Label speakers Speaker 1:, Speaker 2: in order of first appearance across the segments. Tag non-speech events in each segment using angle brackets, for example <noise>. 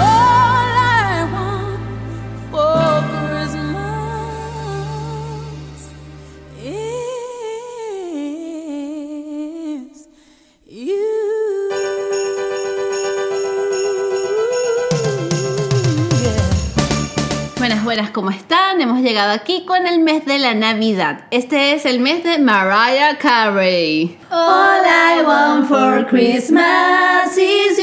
Speaker 1: All I want for Christmas is you. Yeah.
Speaker 2: Buenas, buenas, ¿cómo están? Hemos llegado aquí con el mes de la Navidad. Este es el mes de Mariah Carey.
Speaker 3: All I want for Christmas is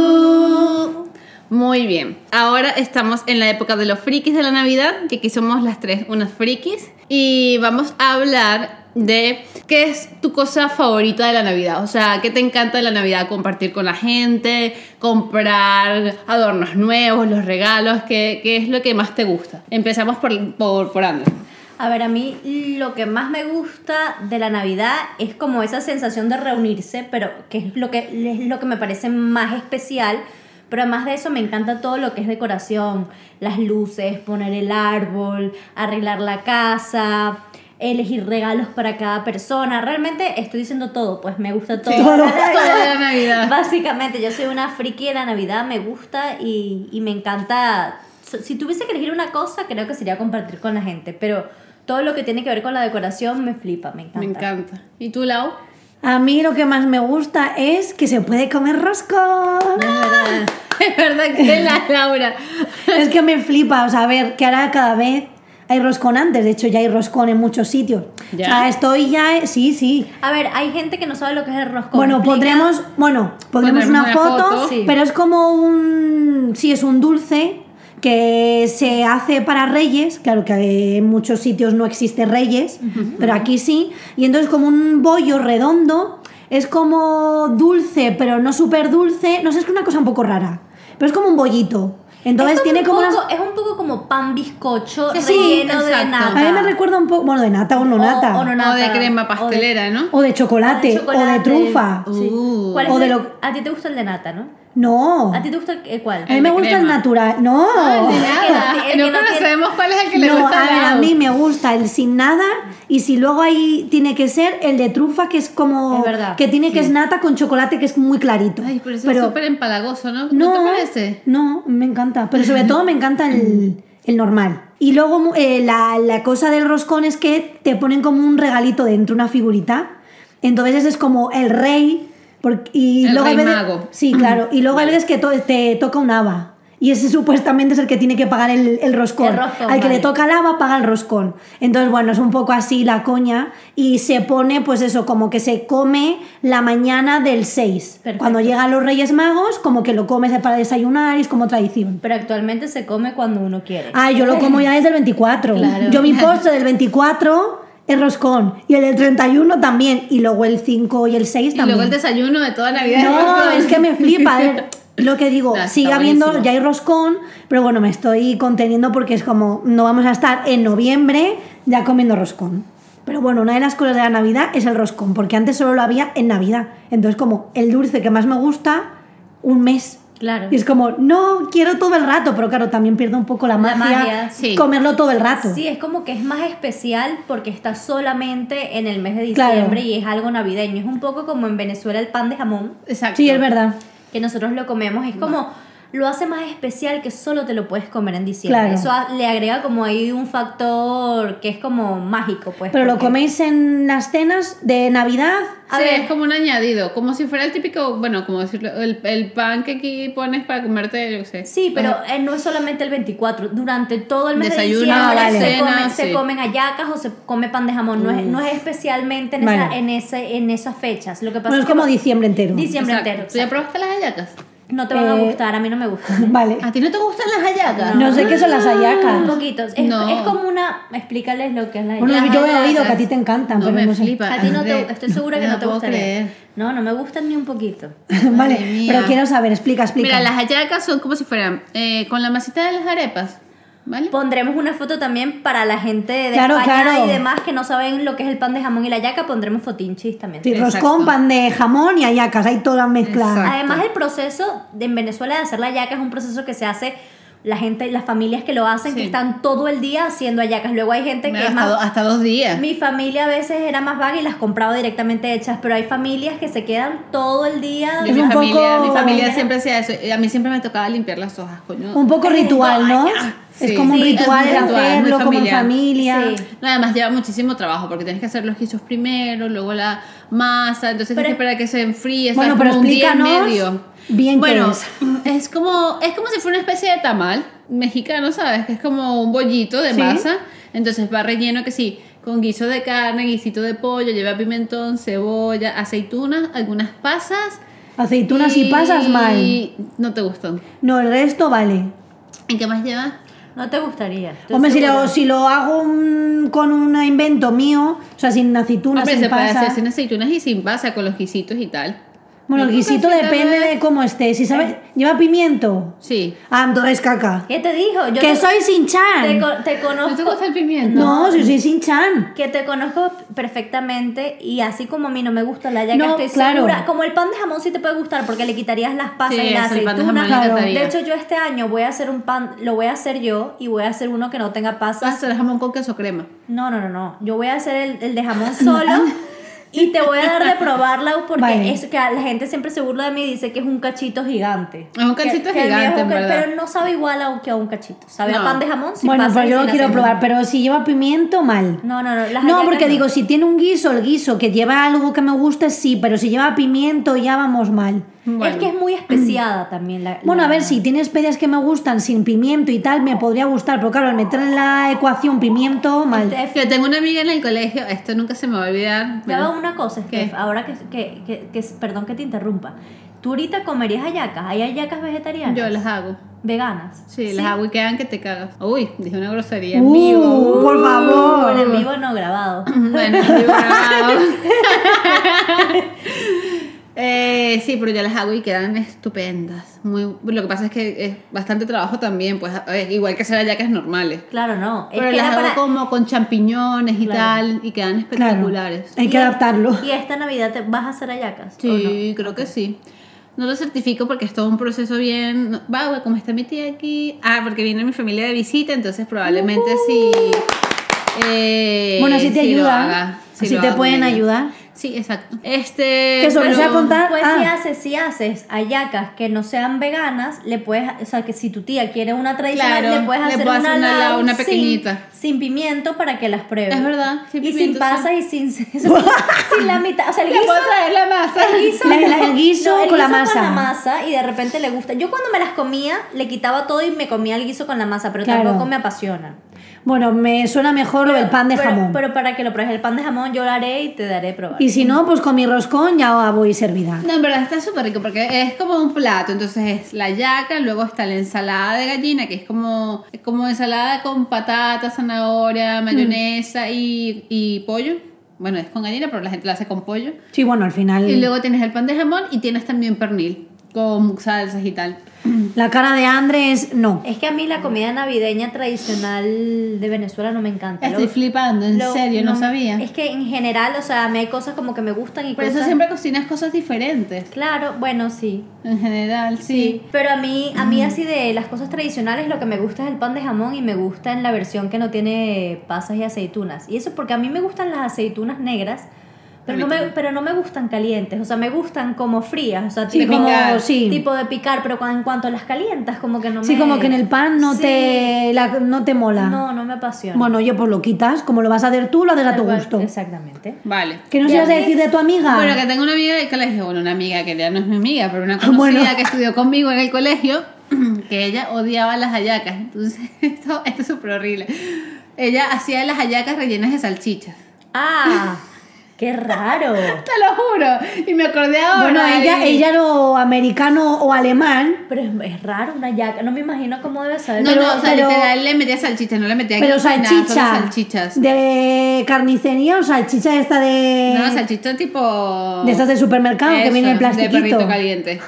Speaker 3: you.
Speaker 2: Muy bien, ahora estamos en la época de los frikis de la Navidad, que aquí somos las tres unas frikis, y vamos a hablar de qué es tu cosa favorita de la Navidad, o sea, qué te encanta de la Navidad, compartir con la gente, comprar adornos nuevos, los regalos, qué, qué es lo que más te gusta. Empezamos por, por, por Andrés.
Speaker 3: A ver, a mí lo que más me gusta de la Navidad es como esa sensación de reunirse, pero que es lo que, es lo que me parece más especial. Pero además de eso me encanta todo lo que es decoración, las luces, poner el árbol, arreglar la casa, elegir regalos para cada persona. Realmente estoy diciendo todo, pues me gusta todo.
Speaker 2: todo, todo de la Navidad.
Speaker 3: Básicamente, yo soy una friki de la Navidad, me gusta y, y me encanta. So- Si tuviese que elegir una cosa, creo que sería compartir con la gente, pero todo lo que tiene que ver con la decoración me flipa, me encanta.
Speaker 2: Me encanta. ¿Y tú, Lau? <laughs>
Speaker 4: A mí lo que más me gusta es que se puede comer roscos.
Speaker 2: Es verdad que la Laura.
Speaker 4: Es que me flipa, o sea, a ver, que ahora cada vez hay roscón antes, de hecho ya hay roscón en muchos sitios.
Speaker 2: ¿Ya?
Speaker 4: O sea, estoy ya, sí, sí.
Speaker 3: A ver, hay gente que no sabe lo que es el roscón.
Speaker 4: Bueno,
Speaker 3: Explica.
Speaker 4: pondremos, bueno, pondremos
Speaker 2: Pondremos
Speaker 4: una,
Speaker 2: una
Speaker 4: foto,
Speaker 2: foto.
Speaker 3: Sí.
Speaker 4: pero es como un, sí, es un dulce que se hace para reyes, claro que en muchos sitios no existe reyes, pero aquí sí, y entonces como un bollo redondo, es como dulce, pero no súper dulce, no sé, es que una cosa un poco rara, pero es como un bollito, entonces
Speaker 3: Es
Speaker 4: tiene
Speaker 3: un
Speaker 4: como unas-
Speaker 3: poco- Es un poco como pan bizcocho
Speaker 2: Sí,
Speaker 3: relleno de
Speaker 2: exacto.
Speaker 3: nata.
Speaker 4: A mí me recuerda un poco, bueno, de nata o no nata.
Speaker 3: o no
Speaker 2: O de
Speaker 3: nata,
Speaker 2: crema
Speaker 3: o de-
Speaker 2: pastelera, ¿no?
Speaker 4: O de chocolate,
Speaker 3: de
Speaker 4: o de
Speaker 3: chocolate.
Speaker 4: trufa.
Speaker 3: Sí.
Speaker 2: Uh.
Speaker 3: ¿Cuál
Speaker 4: O
Speaker 3: es
Speaker 4: de
Speaker 3: el-
Speaker 4: lo-
Speaker 3: A ti te gusta el de nata, ¿no?
Speaker 4: No. Eh.
Speaker 3: ¿A ti te gusta el, el cuál?
Speaker 4: A mí me
Speaker 2: de
Speaker 4: gusta el
Speaker 2: crema.
Speaker 4: natural. No.
Speaker 2: Ni
Speaker 3: El
Speaker 2: nada.
Speaker 3: <laughs> que no
Speaker 2: No
Speaker 3: tiene-
Speaker 2: conocemos cuál es el que le
Speaker 4: No,
Speaker 2: gusta
Speaker 4: a ver, a
Speaker 2: Lau.
Speaker 4: mí me gusta el sin nada y si luego ahí tiene que ser el de trufa que es como
Speaker 3: Es verdad,
Speaker 4: que tiene que es nata con chocolate que es muy clarito.
Speaker 2: Ay, pero eso es
Speaker 4: Pero-
Speaker 2: súper empalagoso, ¿no?
Speaker 4: no,
Speaker 2: ¿No te parece?
Speaker 4: No, me encanta, pero sobre todo me encanta el, el normal. Y luego mu- eh, la, la cosa del roscón es que te ponen como un regalito dentro, una figurita. Entonces ese es como el rey. Porque, y
Speaker 2: El
Speaker 4: luego hay
Speaker 2: rey
Speaker 4: veces-
Speaker 2: mago.
Speaker 4: Sí, claro. Y luego hay veces que to- te toca un haba. Y ese supuestamente es el que tiene que pagar el, el roscón.
Speaker 3: El roscón,
Speaker 4: Al que
Speaker 3: vale.
Speaker 4: le toca el haba, paga el roscón. Entonces, bueno, es un poco así la coña. Y se pone, pues eso, como que se come la mañana del 6.
Speaker 3: Perfecto.
Speaker 4: Cuando llega a los Reyes Magos, como que lo comes para desayunar y es como tradición.
Speaker 3: Pero actualmente se come cuando uno quiere.
Speaker 4: Ah, yo lo como ya desde el 24.
Speaker 3: Claro.
Speaker 4: Yo mi postre del 24 es roscón. Y el del 31 también. Y luego el 5 y el 6
Speaker 2: Y
Speaker 4: también.
Speaker 2: luego el desayuno de toda Navidad. <laughs>
Speaker 4: No, es que me flipa. a ver, lo que digo,
Speaker 2: Nah, Ah, está
Speaker 4: sigue habiendo,
Speaker 2: buenísimo.
Speaker 4: ya hay roscón, pero bueno, me estoy conteniendo porque es como, no vamos a estar en noviembre ya comiendo roscón. Pero bueno, una de las cosas de la Navidad es el roscón, porque antes solo lo había en Navidad. Entonces, como el dulce que más me gusta, un mes.
Speaker 3: Claro.
Speaker 4: Y es como, no, quiero todo el rato, pero claro, también pierdo un poco la magia,
Speaker 3: magia,
Speaker 2: sí.
Speaker 4: comerlo todo el rato.
Speaker 3: Sí, es como que es más especial porque está solamente en el mes de
Speaker 4: Claro.
Speaker 3: diciembre y es algo navideño. Es un poco como en Venezuela el pan de jamón,
Speaker 2: Exacto. Pues
Speaker 4: Sí, es verdad.
Speaker 3: que nosotros lo comemos. Es como lo hace más especial que solo te lo puedes comer en diciembre.
Speaker 4: Claro.
Speaker 3: Eso a- le agrega como ahí un factor que es como mágico, pues.
Speaker 4: Pero lo
Speaker 3: porque-
Speaker 4: coméis en las cenas de Navidad.
Speaker 3: A
Speaker 2: Sí,
Speaker 3: ver.
Speaker 2: es como un añadido, como si fuera el típico, bueno, como decirlo, el, el pan que aquí pones para comerte, yo qué sé.
Speaker 3: Sí, pero eh, no es solamente el 24. Durante todo el mes
Speaker 2: Desayuno,
Speaker 3: de diciembre
Speaker 4: vale.
Speaker 3: se,
Speaker 2: cena,
Speaker 3: comen, se
Speaker 2: sí.
Speaker 3: comen hallacas o se come pan de jamón. No es, no es especialmente en, esa-
Speaker 4: Vale.
Speaker 3: en, ese, en esas fechas. Lo que pasa
Speaker 4: Bueno,
Speaker 3: es
Speaker 4: es
Speaker 3: que
Speaker 4: como
Speaker 3: va-
Speaker 4: diciembre entero.
Speaker 3: diciembre
Speaker 2: Exacto.
Speaker 3: entero.
Speaker 2: ¿Tú ya
Speaker 3: exacto.
Speaker 2: probaste las hallacas?
Speaker 3: No te van a
Speaker 4: Eh,
Speaker 3: gustar, a mí no me gustan.
Speaker 4: <laughs> <laughs> Vale.
Speaker 2: ¿A ti no te gustan las hallacas?
Speaker 4: No sé qué son las
Speaker 3: Un
Speaker 4: ayacas.
Speaker 3: poquito. Es,
Speaker 2: Ah, No.
Speaker 3: es como una. Explícales lo que es la
Speaker 4: Bueno,
Speaker 3: ayaca.
Speaker 2: Las
Speaker 4: yo he oído que a ti
Speaker 2: hallacas.
Speaker 4: te encantan,
Speaker 2: No,
Speaker 4: pero
Speaker 2: me
Speaker 4: no sé.
Speaker 2: flipa.
Speaker 3: A ti no te,
Speaker 2: André,
Speaker 3: estoy segura que
Speaker 2: no
Speaker 3: no, te
Speaker 2: puedo
Speaker 3: gustaría.
Speaker 2: creer.
Speaker 3: No, no me gustan ni un poquito.
Speaker 4: <laughs> vale,
Speaker 2: Madre mía.
Speaker 4: pero quiero saber, explica, explica.
Speaker 2: Mira, las hallacas son como si fueran eh, con la masita de las arepas, ¿vale?
Speaker 3: Pondremos una foto también para la gente de
Speaker 4: Claro,
Speaker 3: España
Speaker 4: claro.
Speaker 3: y demás que no saben lo que es el pan de jamón y la yaca. Pondremos fotinchis también.
Speaker 4: Sí,
Speaker 2: Exacto.
Speaker 4: roscón, pan de jamón y ayacas, hay toda mezcla.
Speaker 2: Exacto.
Speaker 3: Además, el proceso de, en Venezuela de hacer la yaca es un proceso que se hace la gente, las familias que lo hacen,
Speaker 2: Sí.
Speaker 3: que están todo el día haciendo ayacas. Luego hay gente que
Speaker 2: Mira,
Speaker 3: es
Speaker 2: hasta,
Speaker 3: más,
Speaker 2: do- hasta dos días.
Speaker 3: Mi familia a veces era más vaga y las compraba directamente hechas, pero hay familias que se quedan todo el día.
Speaker 2: Mi,
Speaker 4: Es un
Speaker 2: familia,
Speaker 4: poco-
Speaker 2: mi familia siempre hacía eso. y A mí siempre me tocaba limpiar las hojas, coño.
Speaker 4: Un poco ritual, ¿no?
Speaker 2: Sí.
Speaker 4: Es como un
Speaker 2: Sí, es
Speaker 4: ritual
Speaker 2: muy
Speaker 4: de
Speaker 2: ritual, muy
Speaker 4: hacerlo como en
Speaker 2: familiar.
Speaker 4: familia.
Speaker 3: Sí.
Speaker 2: No, además lleva muchísimo trabajo porque tienes que hacer los guisos primero, luego la masa, entonces
Speaker 3: Pero-
Speaker 2: tienes que esperar a que se enfríe. o sea,
Speaker 4: Bueno, pero
Speaker 2: como un día y
Speaker 4: explícanos
Speaker 2: medio.
Speaker 4: bien qué
Speaker 2: Bueno,
Speaker 4: es.
Speaker 2: <laughs> es como, es como si fuera una especie de tamal mexicano, ¿sabes? Que es como un bollito de
Speaker 4: Sí.
Speaker 2: masa. Entonces va relleno que sí, con guiso de carne, guisito de pollo, lleva pimentón, cebolla, aceitunas, algunas pasas.
Speaker 4: Aceitunas y pasas mal.
Speaker 2: Y no te gustan.
Speaker 4: No, el resto vale.
Speaker 2: ¿Y qué más lleva?
Speaker 3: No te gustaría. estoy
Speaker 4: Hombre, si
Speaker 3: segura.
Speaker 4: lo, si lo hago un- con un invento mío, o sea, sin aceitunas,
Speaker 2: Hombre,
Speaker 4: sin
Speaker 2: se puede hacer
Speaker 4: pasas.
Speaker 2: sin aceitunas y sin pasa, con los guisitos y tal.
Speaker 4: Bueno, el
Speaker 2: Yo creo que
Speaker 4: guisito
Speaker 2: al final
Speaker 4: depende
Speaker 2: es-
Speaker 4: de cómo esté. Si sabes,
Speaker 3: Eh.
Speaker 4: lleva pimiento.
Speaker 2: Sí.
Speaker 4: Ah, entonces caca.
Speaker 3: ¿Qué te dijo? Yo
Speaker 4: que
Speaker 3: te-
Speaker 4: soy sin
Speaker 3: Te,
Speaker 4: chan.
Speaker 3: co- te
Speaker 2: ¿No te
Speaker 3: conozco.
Speaker 2: gusta el pimiento?
Speaker 4: No, si soy sin chan.
Speaker 3: Que te conozco perfectamente y así como a mí no me gusta la yaca,
Speaker 4: No,
Speaker 3: estoy
Speaker 4: claro.
Speaker 3: segura. Como el pan de jamón sí te puede gustar porque le quitarías las pasas
Speaker 2: Sí,
Speaker 3: y la
Speaker 2: eso, el pan de
Speaker 3: aceituna.
Speaker 2: jamón le
Speaker 4: claro.
Speaker 2: encantaría.
Speaker 3: De hecho, yo este año voy a hacer un pan, lo voy a hacer yo y voy a hacer uno que no tenga
Speaker 2: Vas a
Speaker 3: pasas.
Speaker 2: hacer jamón con queso crema.
Speaker 3: No, no, no, no. Yo voy a hacer el, el de
Speaker 4: <laughs>
Speaker 3: jamón solo y te voy a dar de probarla porque
Speaker 4: Vale.
Speaker 3: es que la gente siempre se burla de mí y dice que es un cachito gigante.
Speaker 2: Es un cachito
Speaker 3: el mío es
Speaker 2: gigante,
Speaker 3: un
Speaker 2: en
Speaker 3: ca-
Speaker 2: verdad.
Speaker 3: Pero no sabe igual a, que a un cachito. Sabe
Speaker 2: No.
Speaker 3: a pan de jamón sin
Speaker 4: Bueno,
Speaker 3: pasas
Speaker 4: pero
Speaker 3: y
Speaker 4: yo
Speaker 3: sin
Speaker 4: lo quiero
Speaker 3: aceituna.
Speaker 4: probar. Pero si lleva pimiento, mal.
Speaker 3: No, no, no. las
Speaker 4: No,
Speaker 3: hallacas
Speaker 4: porque
Speaker 3: no.
Speaker 4: digo, si tiene un guiso, el guiso que lleva algo que me guste, sí, pero si lleva pimiento, ya vamos mal.
Speaker 3: Es que es muy especiada también la.
Speaker 4: Bueno, a
Speaker 3: la-
Speaker 4: ver, si tiene especias que me gustan sin pimiento y tal, me podría gustar, pero claro, al meter en la ecuación pimiento, mal.
Speaker 3: Steph,
Speaker 2: Yo tengo una amiga en el colegio, esto nunca se me va a olvidar.
Speaker 3: te hago
Speaker 2: Bueno,
Speaker 3: una cosa, Steph,
Speaker 2: ¿Qué?
Speaker 3: Ahora que, que, que, que- Perdón que te interrumpa. Tú ahorita comerías hallacas. ¿Hay hallacas vegetarianas?
Speaker 2: yo las hago.
Speaker 3: Veganas.
Speaker 2: Sí, las hago y quedan que te cagas. Uy, dije una grosería en
Speaker 4: Uh,
Speaker 2: vivo.
Speaker 4: por favor.
Speaker 3: Bueno, en vivo no grabado.
Speaker 2: Bueno, en vivo <laughs> grabado. Eh, sí, pero yo las hago y quedan estupendas. Muy, lo que pasa es que es bastante trabajo también, pues a- eh, igual que hacer hallacas normales.
Speaker 3: Claro, no. Es
Speaker 2: Pero
Speaker 3: que
Speaker 2: las
Speaker 3: era
Speaker 2: hago
Speaker 3: para-
Speaker 2: como con champiñones y
Speaker 3: Claro.
Speaker 2: tal y quedan
Speaker 4: Claro,
Speaker 2: espectaculares.
Speaker 4: hay que adaptarlo.
Speaker 3: ¿Y esta Navidad te vas a hacer ayacas? ¿o
Speaker 2: Sí, creo que sí. No lo certifico porque es todo un proceso bien. no- Va, güey, como está mi tía aquí. Ah, porque viene mi familia de visita, entonces probablemente sí. eh,
Speaker 4: Bueno, si te
Speaker 2: sí lo
Speaker 4: ayudan,
Speaker 2: haga, sí
Speaker 4: si
Speaker 2: lo
Speaker 4: te
Speaker 2: hago
Speaker 4: pueden
Speaker 2: con ella.
Speaker 4: ayudar.
Speaker 2: Sí, exacto. Este.
Speaker 4: Que sobre
Speaker 2: pero-
Speaker 4: esa contar-
Speaker 3: no? Pues
Speaker 4: Ah.
Speaker 3: si haces, si haces ayacas que no sean veganas, le puedes, o sea, que si tu tía quiere una tradicional,
Speaker 2: Claro,
Speaker 3: le puedes
Speaker 2: le
Speaker 3: hacer
Speaker 2: puedo hacer
Speaker 3: una,
Speaker 2: una
Speaker 3: lao
Speaker 2: lao, una
Speaker 3: sin-
Speaker 2: pequeñita.
Speaker 3: Sin, pimiento para que las pruebes.
Speaker 2: Es verdad, sin
Speaker 3: Sin y sin
Speaker 2: pimiento,
Speaker 3: pasas y <laughs> sin, sin la mitad. O sea, el
Speaker 2: Le
Speaker 3: guiso,
Speaker 2: puedo traer <laughs> la masa.
Speaker 4: La-
Speaker 3: <laughs>
Speaker 4: la- el guiso
Speaker 3: No, el
Speaker 4: con la masa.
Speaker 3: con la masa y de repente le gusta. Yo cuando me las comía, le quitaba todo y me comía el guiso con la masa, pero
Speaker 4: Claro.
Speaker 3: tampoco me apasiona.
Speaker 4: Bueno, me suena mejor lo del pan de
Speaker 3: Pero-
Speaker 4: jamón.
Speaker 3: Pero para que lo pruebes, el pan de jamón yo lo haré y te daré probar.
Speaker 4: y si no, pues con mi roscón ya voy servida.
Speaker 2: No, en verdad está súper rico porque es como un plato. Entonces es la yaca, luego está la ensalada de gallina, que es como, es como ensalada con patata,
Speaker 3: Mm.
Speaker 2: zanahoria, mayonesa y, y pollo. Bueno, es con gallina, pero la gente lo hace con pollo.
Speaker 4: Sí, bueno, al
Speaker 3: Mm.
Speaker 4: final
Speaker 2: Y luego tienes el pan de jamón y tienes también pernil con salsas y tal.
Speaker 4: la cara de Andre es no.
Speaker 3: Es que a mí la comida navideña tradicional de Venezuela no me encanta.
Speaker 2: Estoy
Speaker 3: Lo-
Speaker 2: flipando, en
Speaker 3: lo-
Speaker 2: serio, no, sabía.
Speaker 3: Es que en general, o sea, me hay cosas como que me gustan y
Speaker 2: Por
Speaker 3: cosas...
Speaker 2: eso siempre cocinas cosas diferentes.
Speaker 3: Claro, bueno, sí.
Speaker 2: En general, sí.
Speaker 3: Pero a mí, a
Speaker 4: Mm.
Speaker 3: mí así de las cosas tradicionales, lo que me gusta es el pan de jamón y me gusta en la versión que no tiene pasas y aceitunas. Y eso porque a mí me gustan las aceitunas negras, pero
Speaker 2: A
Speaker 3: no
Speaker 2: mí
Speaker 3: me,
Speaker 2: también.
Speaker 3: pero no me gustan calientes, o sea, me gustan como frías, o sea,
Speaker 4: Sí,
Speaker 3: tipo,
Speaker 4: como
Speaker 2: picar.
Speaker 4: sí.
Speaker 3: tipo de picar, pero cu- en cuanto las calientas, como que no
Speaker 4: Sí,
Speaker 3: me...
Speaker 4: como que en el pan no
Speaker 3: Sí.
Speaker 4: te la- no te mola.
Speaker 3: No, no me apasiona.
Speaker 4: Bueno, yo pues lo quitas, como lo vas a hacer tú, lo haces a tu
Speaker 3: Tal cual,
Speaker 4: gusto.
Speaker 3: Exactamente.
Speaker 2: Vale.
Speaker 4: Que no
Speaker 3: Y
Speaker 4: se
Speaker 3: a
Speaker 4: vas a
Speaker 3: mí-
Speaker 4: decir de tu amiga.
Speaker 2: Bueno, que tengo una amiga del colegio, bueno, una amiga que ya no es mi amiga, pero una
Speaker 4: Ah,
Speaker 2: conocida
Speaker 4: <laughs> bueno.
Speaker 2: que estudió conmigo en el colegio, <clears throat> que ella odiaba las hallacas. Entonces, <laughs> esto, esto es
Speaker 4: <laughs>
Speaker 2: súper horrible. Ella hacía las hallacas rellenas de salchichas.
Speaker 3: Ah, ¡Qué raro!
Speaker 2: Te lo juro. Y me acordé ahora.
Speaker 4: Bueno, ella,
Speaker 2: y-
Speaker 4: ella lo americano o alemán,
Speaker 3: Pero es, es raro una yaca, no me imagino cómo debe saber.
Speaker 2: No,
Speaker 4: pero-
Speaker 2: no, o sea,
Speaker 4: pero-
Speaker 2: literal le metía salchichas, no le metía
Speaker 4: pero
Speaker 2: guiso ni nada,
Speaker 4: salchicha.
Speaker 2: solo salchichas.
Speaker 4: ¿De carnicería o salchicha esta de.
Speaker 2: No, salchicha tipo.
Speaker 4: de estas del supermercado que
Speaker 2: Eso,
Speaker 4: viene en
Speaker 2: De perrito
Speaker 4: plastiquito. <laughs>
Speaker 2: caliente.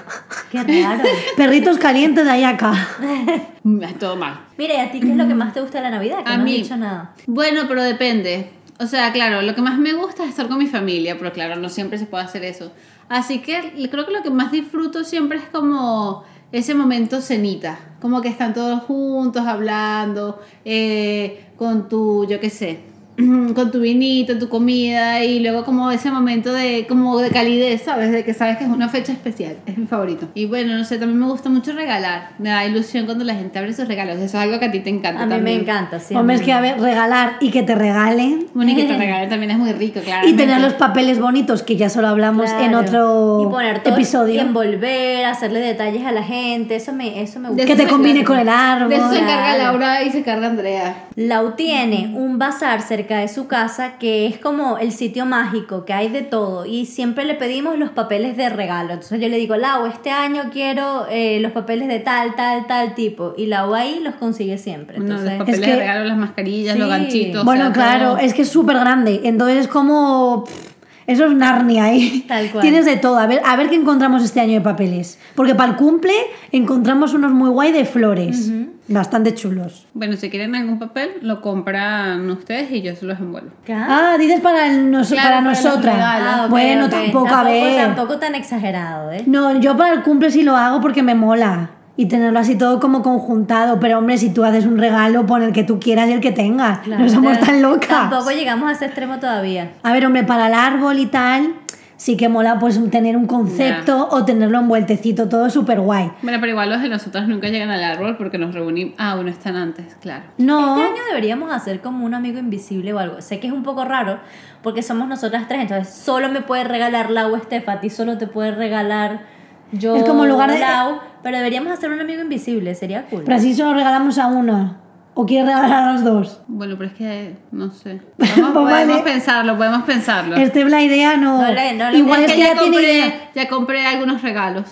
Speaker 3: ¡Qué raro!
Speaker 4: Perritos calientes de Ayaca. <laughs>
Speaker 2: Mm, Todo mal.
Speaker 3: Mira, ¿y a ti qué es lo que más te gusta de la Navidad? Que
Speaker 2: A
Speaker 3: no
Speaker 2: mí.
Speaker 3: has dicho nada.
Speaker 2: Bueno, pero depende. O sea, claro, lo que más me gusta es estar con mi familia, pero claro, no siempre se puede hacer eso. Así que l- creo que lo que más disfruto siempre es como ese momento cenita, como que están todos juntos hablando, eh, con tu, yo qué sé, <clears throat> con tu vinito, tu comida y luego como ese momento de como de calidez, ¿sabes? De que sabes que es una fecha especial, es mi favorito. Y bueno, no sé, también me gusta mucho regalar, me da ilusión cuando la gente abre sus regalos, eso es algo que a ti te encanta.
Speaker 3: A mí me
Speaker 2: también.
Speaker 3: encanta, sí.
Speaker 4: Hombre, es que a ver, regalar y que te regalen.
Speaker 2: Bueno, y que
Speaker 4: <laughs>
Speaker 2: te regalen también es muy rico, claro.
Speaker 4: Y tener los papeles bonitos, que ya solo hablamos en otro
Speaker 3: y poner todo
Speaker 4: episodio.
Speaker 3: y envolver hacerle detalles a la gente eso me eso me gusta
Speaker 2: De
Speaker 4: que
Speaker 2: eso
Speaker 4: te
Speaker 2: se
Speaker 4: combine
Speaker 2: encarga-
Speaker 4: con el árbol.
Speaker 2: De eso se
Speaker 3: Claro.
Speaker 2: encarga Laura y se encarga Andrea.
Speaker 3: Lau tiene un bazar cerca de su casa que es como el sitio mágico, que hay de todo. Y siempre le pedimos los papeles de regalo. Entonces yo le digo, Lau, este año quiero eh, los papeles de tal, tal, tal tipo. Y Lau ahí los consigue siempre.
Speaker 2: No, los
Speaker 3: Entonces,
Speaker 2: papeles
Speaker 4: que-
Speaker 2: de regalo, las mascarillas,
Speaker 3: Sí.
Speaker 2: los ganchitos.
Speaker 4: bueno,
Speaker 2: o sea,
Speaker 4: claro,
Speaker 2: todo.
Speaker 4: es que es súper grande. Entonces es como. pff, Eso es Narnia ahí.
Speaker 3: Tal cual.
Speaker 4: Tienes de todo. A ver, a ver qué encontramos este año de papeles. Porque para el cumple encontramos unos muy guay de flores. Bastante chulos.
Speaker 2: Bueno, si quieren algún papel, lo compran ustedes y yo se los envuelvo.
Speaker 3: ¿qué?
Speaker 4: Ah, dices para, el nos-
Speaker 2: Claro,
Speaker 4: para
Speaker 2: para los
Speaker 4: nosotras.
Speaker 2: regalos.
Speaker 3: Ah, ok,
Speaker 4: bueno,
Speaker 3: ok.
Speaker 4: tampoco, a ver.
Speaker 3: Tampoco tan exagerado, ¿eh?
Speaker 4: No, yo para el cumple sí lo hago porque me mola. Y tenerlo así todo como conjuntado. Pero hombre, si tú haces un regalo, pon el que tú quieras y el que tengas.
Speaker 3: Claro,
Speaker 4: no somos
Speaker 3: claro.
Speaker 4: tan locas.
Speaker 3: Tampoco llegamos a ese extremo todavía.
Speaker 4: A ver, hombre, para el árbol y tal, sí que mola pues tener un concepto o tenerlo envueltecito, todo súper guay.
Speaker 2: Bueno, pero igual los de nosotros nunca llegan al árbol porque nos reunimos. Ah, bueno, están antes, claro.
Speaker 4: No,
Speaker 3: Este año deberíamos hacer como un amigo invisible o algo. Sé que es un poco raro porque somos nosotras tres, entonces solo me puede regalar Lau Estefa, a ti solo te puede regalar yo.
Speaker 4: Es como lugar de-
Speaker 3: Lau, pero deberíamos hacer un amigo invisible, sería cool.
Speaker 4: pero así solo regalamos a uno. ¿O quieres regalar a los dos?
Speaker 2: Bueno, pero es que no sé.
Speaker 4: <laughs>
Speaker 2: Podemos,
Speaker 4: Vale.
Speaker 2: podemos pensarlo, podemos pensarlo.
Speaker 4: Este es la idea, no.
Speaker 3: No le- no le-
Speaker 4: Igual
Speaker 3: es
Speaker 4: es que, ya tiene
Speaker 2: compré,
Speaker 4: idea.
Speaker 2: ya compré algunos regalos.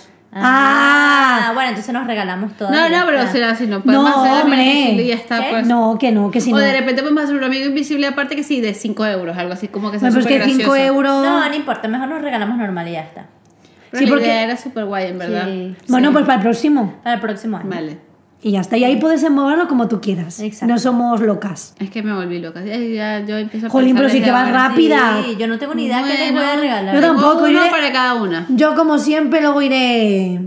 Speaker 3: Ah, bueno, entonces nos regalamos todo.
Speaker 2: No, no, pero será así, no podemos
Speaker 4: No,
Speaker 2: hacer amigo
Speaker 4: hombre.
Speaker 2: invisible y ya está,
Speaker 3: ¿Qué?
Speaker 2: pues.
Speaker 4: No, que no, que si
Speaker 2: o
Speaker 4: no.
Speaker 2: de repente podemos hacer un amigo invisible aparte que sí, de 5 euros, algo así como que sea
Speaker 4: Bueno, pero es
Speaker 2: súper
Speaker 4: que 5
Speaker 2: gracioso.
Speaker 4: euros.
Speaker 3: No, no importa, mejor nos regalamos normal y ya está.
Speaker 2: Pero
Speaker 4: Sí,
Speaker 2: la
Speaker 4: porque-
Speaker 2: idea era súper guay, en verdad.
Speaker 3: Sí.
Speaker 4: bueno, pues para el próximo.
Speaker 3: Para el próximo año.
Speaker 2: Vale.
Speaker 4: Y ya está. Y ahí puedes envolverlo como tú quieras.
Speaker 3: Exacto.
Speaker 4: No somos locas.
Speaker 2: Es que me volví loca. Ya, ya, yo empiezo a
Speaker 4: Jolín,
Speaker 2: pensar
Speaker 4: pero sí
Speaker 2: desde
Speaker 4: que vas
Speaker 2: ahora.
Speaker 4: rápido. Rápida.
Speaker 3: Sí, yo no tengo ni idea qué les voy a
Speaker 2: Bueno,
Speaker 3: regalar.
Speaker 4: yo
Speaker 2: Tengo
Speaker 4: tampoco,
Speaker 2: uno
Speaker 4: iré-
Speaker 2: para cada una.
Speaker 4: Yo como siempre luego iré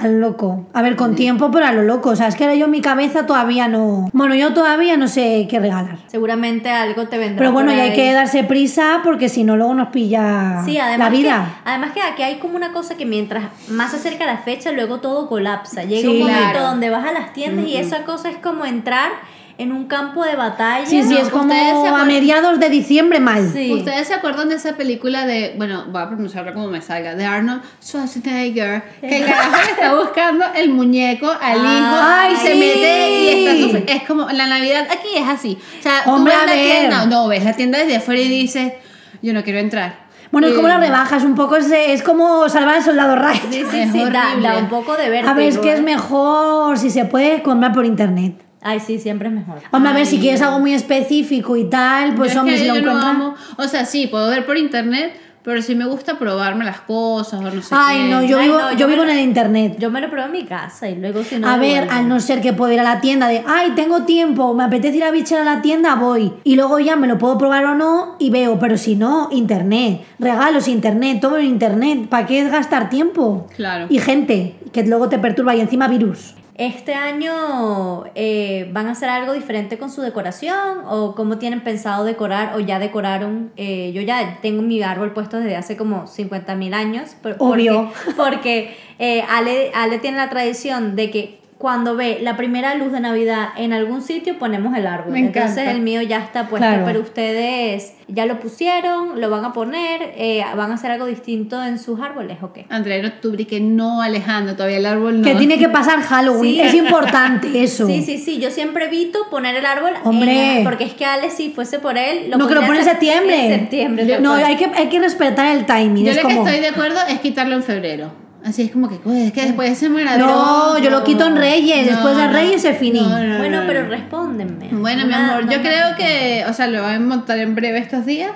Speaker 4: al loco. A ver, con tiempo, pero a lo loco. O sea, es que ahora yo mi cabeza todavía no... Bueno, yo todavía no sé qué regalar.
Speaker 3: Seguramente algo te vendrá.
Speaker 4: Pero bueno,
Speaker 3: por
Speaker 4: ya hay
Speaker 3: ahí.
Speaker 4: que darse prisa porque si no luego nos pilla
Speaker 3: Sí, además
Speaker 4: la
Speaker 3: que-
Speaker 4: vida.
Speaker 3: además que aquí hay como una cosa que mientras más se acerca la fecha, luego todo colapsa. Llega
Speaker 4: Sí,
Speaker 3: un momento
Speaker 2: claro.
Speaker 3: donde vas a las tiendas y esa cosa es como entrar en un campo de batalla.
Speaker 4: Sí, sí,
Speaker 2: no,
Speaker 4: es como
Speaker 2: ustedes se
Speaker 4: a
Speaker 2: ponen-
Speaker 4: mediados de diciembre mal.
Speaker 3: Sí.
Speaker 2: ¿Ustedes se acuerdan de esa película de, bueno, voy a pronunciarla como me salga, de Arnold Schwarzenegger, que el carajo le está buscando el muñeco al hijo
Speaker 4: Ay,
Speaker 2: y se
Speaker 4: sí.
Speaker 2: mete y está sufriendo? Es como, la Navidad aquí es así. O sea, tú
Speaker 4: Hombre,
Speaker 2: ves
Speaker 4: a
Speaker 2: la
Speaker 4: ver.
Speaker 2: tienda, no, ves la tienda desde afuera y dices, yo no quiero entrar.
Speaker 4: Bueno, es como
Speaker 2: Eh,
Speaker 4: la rebajas, un poco es, es como salvar al soldado Ryan.
Speaker 3: Sí,
Speaker 4: <laughs>
Speaker 3: sí,
Speaker 2: Es
Speaker 3: sí, da,
Speaker 2: horrible.
Speaker 3: da un poco de vértigo.
Speaker 4: A ver, es que es
Speaker 3: ¿eh?
Speaker 4: mejor si se puede comprar por internet.
Speaker 3: Ay, sí, siempre es mejor.
Speaker 4: Hombre, a ver, si quieres algo muy específico y tal,
Speaker 2: Yo
Speaker 4: pues
Speaker 2: es
Speaker 4: hombre,
Speaker 2: que
Speaker 4: si lo
Speaker 2: yo no
Speaker 4: encuentras...
Speaker 2: amo- o sea, sí, puedo ver por internet, pero sí me gusta probarme las cosas o no sé
Speaker 4: Ay,
Speaker 2: qué.
Speaker 4: no, yo
Speaker 3: Ay,
Speaker 4: vivo,
Speaker 3: no, yo
Speaker 4: yo
Speaker 3: me
Speaker 4: vivo en
Speaker 3: lo-
Speaker 4: el internet.
Speaker 3: Yo me lo pruebo en mi casa y luego si no.
Speaker 4: A
Speaker 3: lo
Speaker 4: ver,
Speaker 3: vuelvo.
Speaker 4: al no ser que puedo ir a la tienda de, ay, tengo tiempo, me apetece ir a bichar a la tienda, voy. Y luego ya me lo puedo probar o no y veo, pero si no, internet, regalos, internet, todo en internet, ¿para qué gastar tiempo?
Speaker 2: Claro.
Speaker 4: Y gente, que luego te perturba y encima virus.
Speaker 3: Este año eh, van a hacer algo diferente con su decoración o cómo tienen pensado decorar o ya decoraron. Eh, yo ya tengo mi árbol puesto desde hace como 50.000 años. por-
Speaker 4: Obvio.
Speaker 3: <laughs> Porque, porque, eh, Ale, Ale tiene la tradición de que cuando ve la primera luz de Navidad en algún sitio, ponemos el árbol.
Speaker 2: Me
Speaker 3: Entonces
Speaker 2: encanta.
Speaker 3: el mío ya está puesto,
Speaker 4: Claro.
Speaker 3: pero ustedes ya lo pusieron, lo van a poner, eh, van a hacer algo distinto en sus árboles, ¿o qué?
Speaker 2: Andrea en octubre y que no, Alejandro, todavía el árbol no.
Speaker 4: Que tiene que pasar Halloween.
Speaker 3: Sí.
Speaker 4: Es importante eso.
Speaker 3: Sí, sí, sí, yo siempre evito poner el árbol.
Speaker 4: Hombre.
Speaker 3: en- porque es que Ale, si fuese por él,
Speaker 4: no, que lo pone en septiembre.
Speaker 3: En septiembre. tal
Speaker 4: no,
Speaker 3: cual.
Speaker 4: hay que, hay que respetar el timing.
Speaker 2: Yo
Speaker 4: es
Speaker 2: lo
Speaker 4: como... Mm.
Speaker 2: que estoy de acuerdo es quitarlo en febrero. Así es como que, "Uy, es que después de Semana
Speaker 4: No,
Speaker 2: Santa".
Speaker 4: yo lo quito en Reyes.
Speaker 2: No,
Speaker 4: después de
Speaker 2: no.
Speaker 4: Reyes se finí.
Speaker 2: No, no,
Speaker 3: Bueno,
Speaker 2: no,
Speaker 3: pero
Speaker 2: no.
Speaker 3: respóndeme.
Speaker 2: Bueno, mi
Speaker 3: Una-
Speaker 2: amor, yo
Speaker 3: una-
Speaker 2: creo que, o sea, lo voy a montar en breve estos días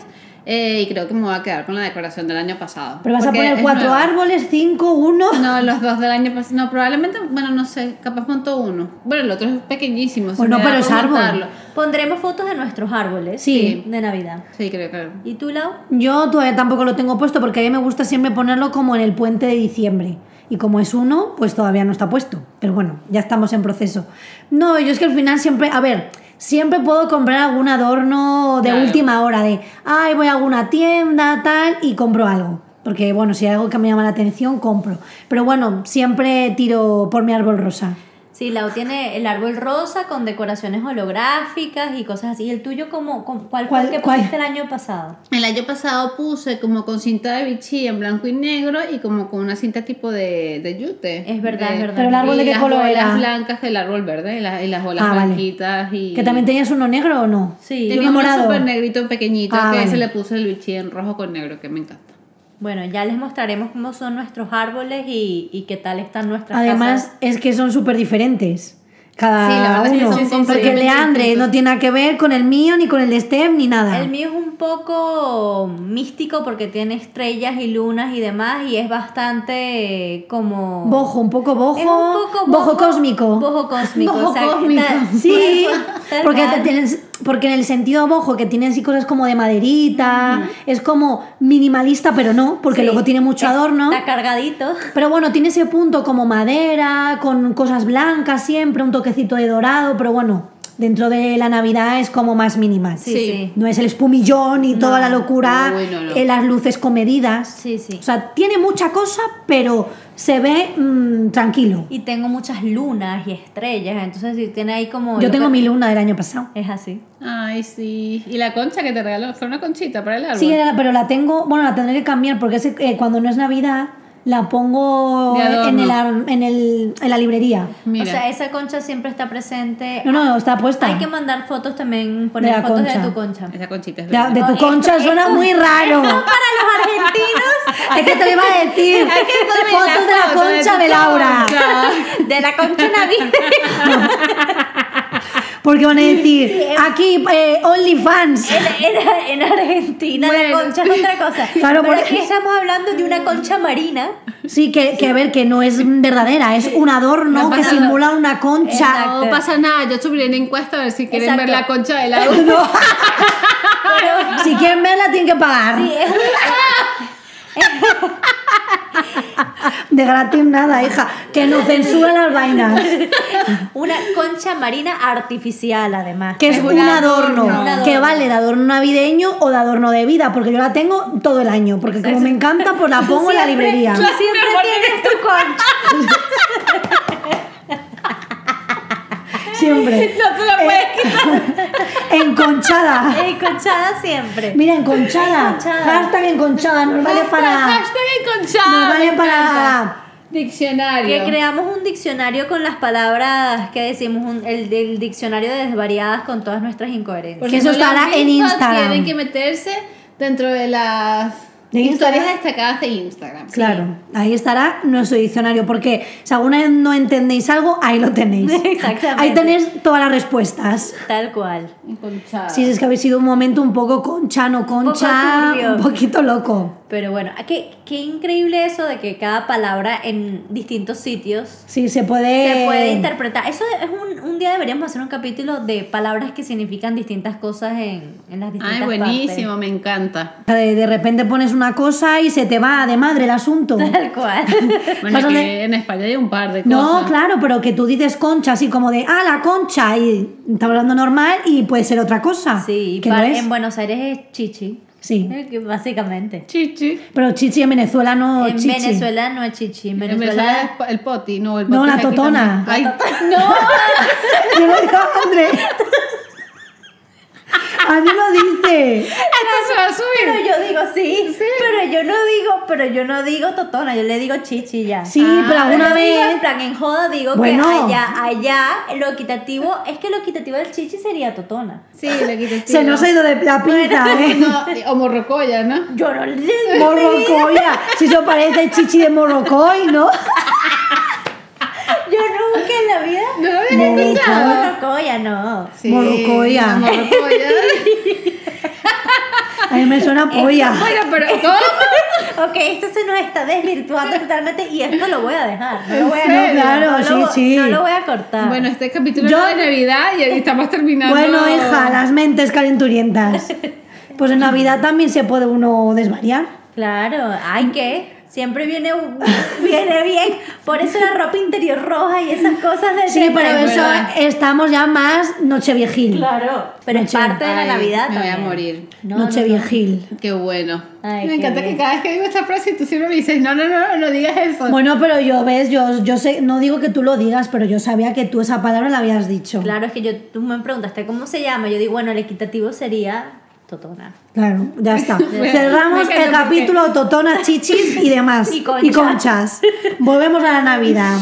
Speaker 2: eh, y creo que me voy a quedar con la decoración del año pasado.
Speaker 4: Pero vas a
Speaker 2: Porque
Speaker 4: poner
Speaker 2: es
Speaker 4: cuatro
Speaker 2: nueva.
Speaker 4: árboles, cinco, uno.
Speaker 2: No, los dos del año pasado. No, probablemente, bueno, no sé, capaz monto uno. Bueno, el otro es pequeñísimo. se
Speaker 4: Bueno,
Speaker 2: me da
Speaker 4: pero
Speaker 2: por
Speaker 4: es árbol.
Speaker 2: montarlo.
Speaker 3: Pondremos fotos de nuestros árboles
Speaker 4: Sí.
Speaker 3: de Navidad.
Speaker 2: Sí, creo que.
Speaker 3: ¿Y tú, Lau?
Speaker 4: Yo todavía tampoco lo tengo puesto porque a mí me gusta siempre ponerlo como en el puente de diciembre. Y como es uno, pues todavía no está puesto. Pero bueno, ya estamos en proceso. No, yo es que al final siempre, a ver, siempre puedo comprar algún adorno de
Speaker 2: Claro.
Speaker 4: última hora, de, ay, voy a alguna tienda, tal, y compro algo. Porque bueno, si hay algo que me llama la atención, compro. Pero bueno, siempre tiro por mi árbol rosa.
Speaker 3: Sí, Lau tiene el árbol rosa con decoraciones holográficas y cosas así. ¿Y el tuyo como, como- cuál fue el
Speaker 4: ¿Cuál-
Speaker 3: que
Speaker 4: cuál?
Speaker 3: pusiste el año pasado?
Speaker 2: El año pasado puse como con cinta de bichí en blanco y negro y como con una cinta tipo de, de yute.
Speaker 3: Es verdad,
Speaker 2: De-
Speaker 3: es verdad.
Speaker 4: Pero el árbol
Speaker 2: y
Speaker 4: de qué
Speaker 2: las
Speaker 4: color
Speaker 2: bolas
Speaker 4: era.
Speaker 2: blancas, el árbol verde y, la- y las bolas
Speaker 4: Ah, vale.
Speaker 2: blanquitas. Y...
Speaker 4: ¿Que también tenías uno negro o no?
Speaker 3: Sí.
Speaker 4: Y uno
Speaker 2: Tenía un
Speaker 4: morado.
Speaker 2: súper negrito pequeñito
Speaker 4: Ah,
Speaker 2: que
Speaker 4: vale.
Speaker 2: se le puso el bichí en rojo con negro, que me encanta.
Speaker 3: Bueno, ya les mostraremos cómo son nuestros árboles y, y qué tal están nuestras
Speaker 4: Además,
Speaker 3: casas.
Speaker 4: es que son súper diferentes.
Speaker 2: Sí, la
Speaker 4: Cada
Speaker 2: verdad es que
Speaker 4: uno.
Speaker 2: son
Speaker 4: Porque el
Speaker 2: completamente
Speaker 4: de Andre
Speaker 2: distintos.
Speaker 4: no tiene nada que ver con el mío, ni con el de Steph, ni nada.
Speaker 3: El mío es un poco místico porque tiene estrellas y lunas y demás y es bastante eh, como...
Speaker 4: Bojo, un poco bojo.
Speaker 3: Es un poco
Speaker 4: bojo cósmico.
Speaker 3: Bojo cósmico,
Speaker 2: Bojo
Speaker 3: o sea,
Speaker 2: cósmico.
Speaker 3: tal-
Speaker 4: <laughs>
Speaker 3: <laughs>
Speaker 4: Sí,
Speaker 3: tal
Speaker 4: <laughs> porque,
Speaker 3: cual.
Speaker 4: te- tienes- porque en el sentido bojo, que tiene así cosas como de maderita, es como minimalista, pero no, porque
Speaker 3: Sí,
Speaker 4: luego tiene mucho adorno.
Speaker 3: Está cargadito.
Speaker 4: Pero bueno, tiene ese punto como madera, con cosas blancas siempre, un toquecito de dorado, pero bueno, dentro de la Navidad es como más minimal.
Speaker 3: Sí,
Speaker 2: Sí.
Speaker 3: sí.
Speaker 4: No es el espumillón y toda la locura,
Speaker 2: Uy, no, no.
Speaker 4: eh, las luces comedidas.
Speaker 3: Sí, sí.
Speaker 4: O sea, tiene mucha cosa, pero se ve mm, tranquilo.
Speaker 3: Y tengo muchas lunas y estrellas, entonces si tiene ahí como...
Speaker 4: Yo
Speaker 3: lo
Speaker 4: tengo
Speaker 3: que-
Speaker 4: mi luna del año pasado.
Speaker 3: Es así.
Speaker 2: Ay, sí. ¿Y la concha que te regaló? ¿Fue una conchita para el árbol?
Speaker 4: Sí, era- pero la tengo, bueno, la tendré que cambiar porque ese, eh, cuando no es Navidad la pongo
Speaker 2: De adorno.
Speaker 4: en, el, ar- en, el- en la librería.
Speaker 2: Mira.
Speaker 3: O sea, esa concha siempre está presente.
Speaker 4: No, no, está puesta.
Speaker 3: Hay que mandar fotos también, poner
Speaker 4: De la
Speaker 3: fotos
Speaker 4: concha.
Speaker 3: de tu
Speaker 4: <laughs>
Speaker 3: concha.
Speaker 2: Esa conchita es
Speaker 4: La-
Speaker 2: bella.
Speaker 4: de tu
Speaker 3: No,
Speaker 4: concha
Speaker 3: esto-
Speaker 4: suena
Speaker 3: esto-
Speaker 4: muy raro.
Speaker 3: Para los <laughs> argentinos,
Speaker 4: Es que te lo iba a decir.
Speaker 2: Hay que poner
Speaker 4: Fotos de la
Speaker 2: foto
Speaker 4: concha
Speaker 2: Ah, tu
Speaker 4: de Laura.
Speaker 2: concha.
Speaker 3: de la concha navideña.
Speaker 4: Porque van a decir, aquí eh, OnlyFans.
Speaker 3: En, en- en Argentina
Speaker 2: Bueno.
Speaker 3: la concha es otra cosa. Pero
Speaker 4: Claro, porque- Mm.
Speaker 3: aquí estamos hablando de una concha marina.
Speaker 4: Sí, que, que a ver, que no es verdadera, es un adorno
Speaker 2: No
Speaker 4: que
Speaker 2: pasa
Speaker 4: simula una concha.
Speaker 3: Exacto.
Speaker 2: No pasa nada, yo subiré una encuesta a ver si quieren
Speaker 3: Exacto.
Speaker 2: ver la concha de Laura. <laughs>
Speaker 3: Pero
Speaker 4: <laughs> Si quieren verla, tienen que pagar.
Speaker 3: sí, es
Speaker 4: De gratis nada, hija. Que nos censuran las vainas.
Speaker 3: una concha marina artificial, además.
Speaker 4: Que es
Speaker 2: Es
Speaker 4: un,
Speaker 2: un
Speaker 4: adorno,
Speaker 2: adorno.
Speaker 4: Que
Speaker 3: Un
Speaker 4: vale de adorno navideño o de adorno de vida, porque yo la tengo todo el año. Porque como me encanta, pues la pongo en la
Speaker 3: Siempre-
Speaker 4: librería.
Speaker 3: Tú siempre tienes tu concha.
Speaker 4: Siempre. Eh,
Speaker 2: No te la puedes quitar.
Speaker 4: <laughs> Enconchada.
Speaker 3: Enconchada siempre.
Speaker 4: Mira, enconchada.
Speaker 3: Enconchada.
Speaker 4: Hashtag enconchada. Nos vale para.
Speaker 2: Hashtag enconchada.
Speaker 4: Nos vale
Speaker 2: me encanta.
Speaker 4: para.
Speaker 2: Diccionario.
Speaker 3: Que creamos un diccionario con las palabras que decimos, un- el, el diccionario de desvariadas con todas nuestras incoherencias.
Speaker 2: Por
Speaker 4: Que
Speaker 2: si
Speaker 4: eso
Speaker 2: no lo han
Speaker 4: estará en
Speaker 2: visto,
Speaker 4: Instagram.
Speaker 2: Tienen que meterse dentro de las
Speaker 4: ¿De
Speaker 2: historias
Speaker 4: Instagram?
Speaker 2: destacadas de Instagram.
Speaker 4: Claro, ahí estará nuestro diccionario, porque si alguna vez no entendéis algo, ahí lo tenéis.
Speaker 3: Exactamente.
Speaker 4: Ahí tenéis todas las respuestas.
Speaker 3: Tal cual.
Speaker 2: Enconchada.
Speaker 4: Sí, es que habéis sido un momento un poco concha, no concha,
Speaker 3: turbio.
Speaker 4: un poquito loco.
Speaker 3: Pero bueno, ah, qué, qué increíble eso de que cada palabra en distintos sitios
Speaker 4: Sí, se puede...
Speaker 3: se puede interpretar. Eso es un, un día deberíamos hacer un capítulo de palabras que significan distintas cosas en, en las distintas
Speaker 2: Ay, buenísimo,
Speaker 3: partes.
Speaker 2: me encanta.
Speaker 4: De, de repente pones una cosa y se te va de madre el asunto.
Speaker 3: <laughs> Tal
Speaker 4: <laughs>
Speaker 3: cual.
Speaker 2: Bueno,
Speaker 4: Pásale.
Speaker 2: que en España hay un par de cosas.
Speaker 4: ¿eh? No, claro, pero que tú dices concha así como de, ah, la concha, y está hablando normal y puede ser otra cosa.
Speaker 3: Sí, y
Speaker 4: que no
Speaker 3: par-
Speaker 4: es.
Speaker 3: en Buenos Aires es chichi.
Speaker 4: Sí.
Speaker 3: Eh, que Básicamente.
Speaker 2: Chichi.
Speaker 4: Pero chichi en Venezuela no
Speaker 3: En
Speaker 4: chichi.
Speaker 3: Venezuela no es chichi. En
Speaker 2: En Venezuela es
Speaker 3: Venezuela.
Speaker 2: po- el poti, no el
Speaker 4: No,
Speaker 2: poti
Speaker 4: la
Speaker 2: es aquí
Speaker 4: totona.
Speaker 2: también. Ay, <laughs> no.
Speaker 4: <laughs> Yo lo digo a André. <laughs> A mí lo dice.
Speaker 2: Esto se va a
Speaker 3: Pero
Speaker 2: subir.
Speaker 3: yo digo sí, Pero yo no digo, pero yo no digo totona, yo le digo chichi ya.
Speaker 4: Sí,
Speaker 2: Ah,
Speaker 4: pero
Speaker 3: Pero
Speaker 4: alguna
Speaker 3: yo digo, en
Speaker 4: vez.
Speaker 3: plan, en joda digo
Speaker 4: Bueno.
Speaker 3: que allá, allá, lo equitativo, es que lo equitativo del chichi sería totona.
Speaker 2: Sí, le quité el
Speaker 4: <laughs> Se
Speaker 2: tiro.
Speaker 4: nos ha ido de la pinta,
Speaker 3: <laughs>
Speaker 4: ¿eh?
Speaker 2: No, o morrocoya, ¿no?
Speaker 3: Yo no le
Speaker 4: Morrocoya. Si eso parece chichi de Morrocoy, ¿no?
Speaker 3: Yo nunca en la vida.
Speaker 2: No lo habías
Speaker 4: Morrocoy.
Speaker 2: escuchado.
Speaker 3: No, no, ya no.
Speaker 4: Morrocoya. <laughs>
Speaker 2: Morrocoya.
Speaker 4: A mí me suena a polla.
Speaker 2: bueno, pero ¿cómo?
Speaker 3: Ok, esto se nos está desvirtuando totalmente y esto lo voy a dejar. No lo voy a
Speaker 2: ¿En serio?
Speaker 4: Claro,
Speaker 3: no lo,
Speaker 4: sí, sí.
Speaker 3: No lo voy a cortar.
Speaker 2: Bueno, este capítulo
Speaker 4: Yo-
Speaker 2: era de Navidad y estamos terminando.
Speaker 4: Bueno, hija, las mentes calenturientas. Pues en Navidad también se puede uno desvariar.
Speaker 3: Claro, hay que. Siempre viene, viene bien. Por eso la ropa interior roja y esas cosas de
Speaker 4: Sí, pero
Speaker 2: es
Speaker 4: eso
Speaker 2: verdad.
Speaker 4: estamos ya más nocheviejil.
Speaker 3: Claro. Pero es
Speaker 4: Noche-
Speaker 3: parte de la
Speaker 2: Ay,
Speaker 3: Navidad.
Speaker 2: me voy a
Speaker 3: también.
Speaker 2: morir.
Speaker 3: No, no,
Speaker 4: nocheviejil.
Speaker 2: Qué bueno.
Speaker 3: Ay,
Speaker 2: me
Speaker 3: qué
Speaker 2: encanta
Speaker 3: bien.
Speaker 2: que cada vez que digo esta frase tú siempre me dices, no, no, no, no, no digas eso.
Speaker 4: Bueno, pero yo, ves, yo, yo sé, no digo que tú lo digas, pero yo sabía que tú esa palabra la habías dicho.
Speaker 3: Claro, es que yo, tú me preguntaste cómo se llama. Yo digo, bueno, el equitativo sería Totona.
Speaker 4: Claro,
Speaker 3: <laughs>
Speaker 4: ya está.
Speaker 2: Me-
Speaker 4: Cerramos
Speaker 2: me encanta
Speaker 4: el capítulo Totona, Chichis y demás.
Speaker 3: <laughs> Y conchas.
Speaker 4: Volvemos a
Speaker 3: <laughs>
Speaker 4: la Navidad.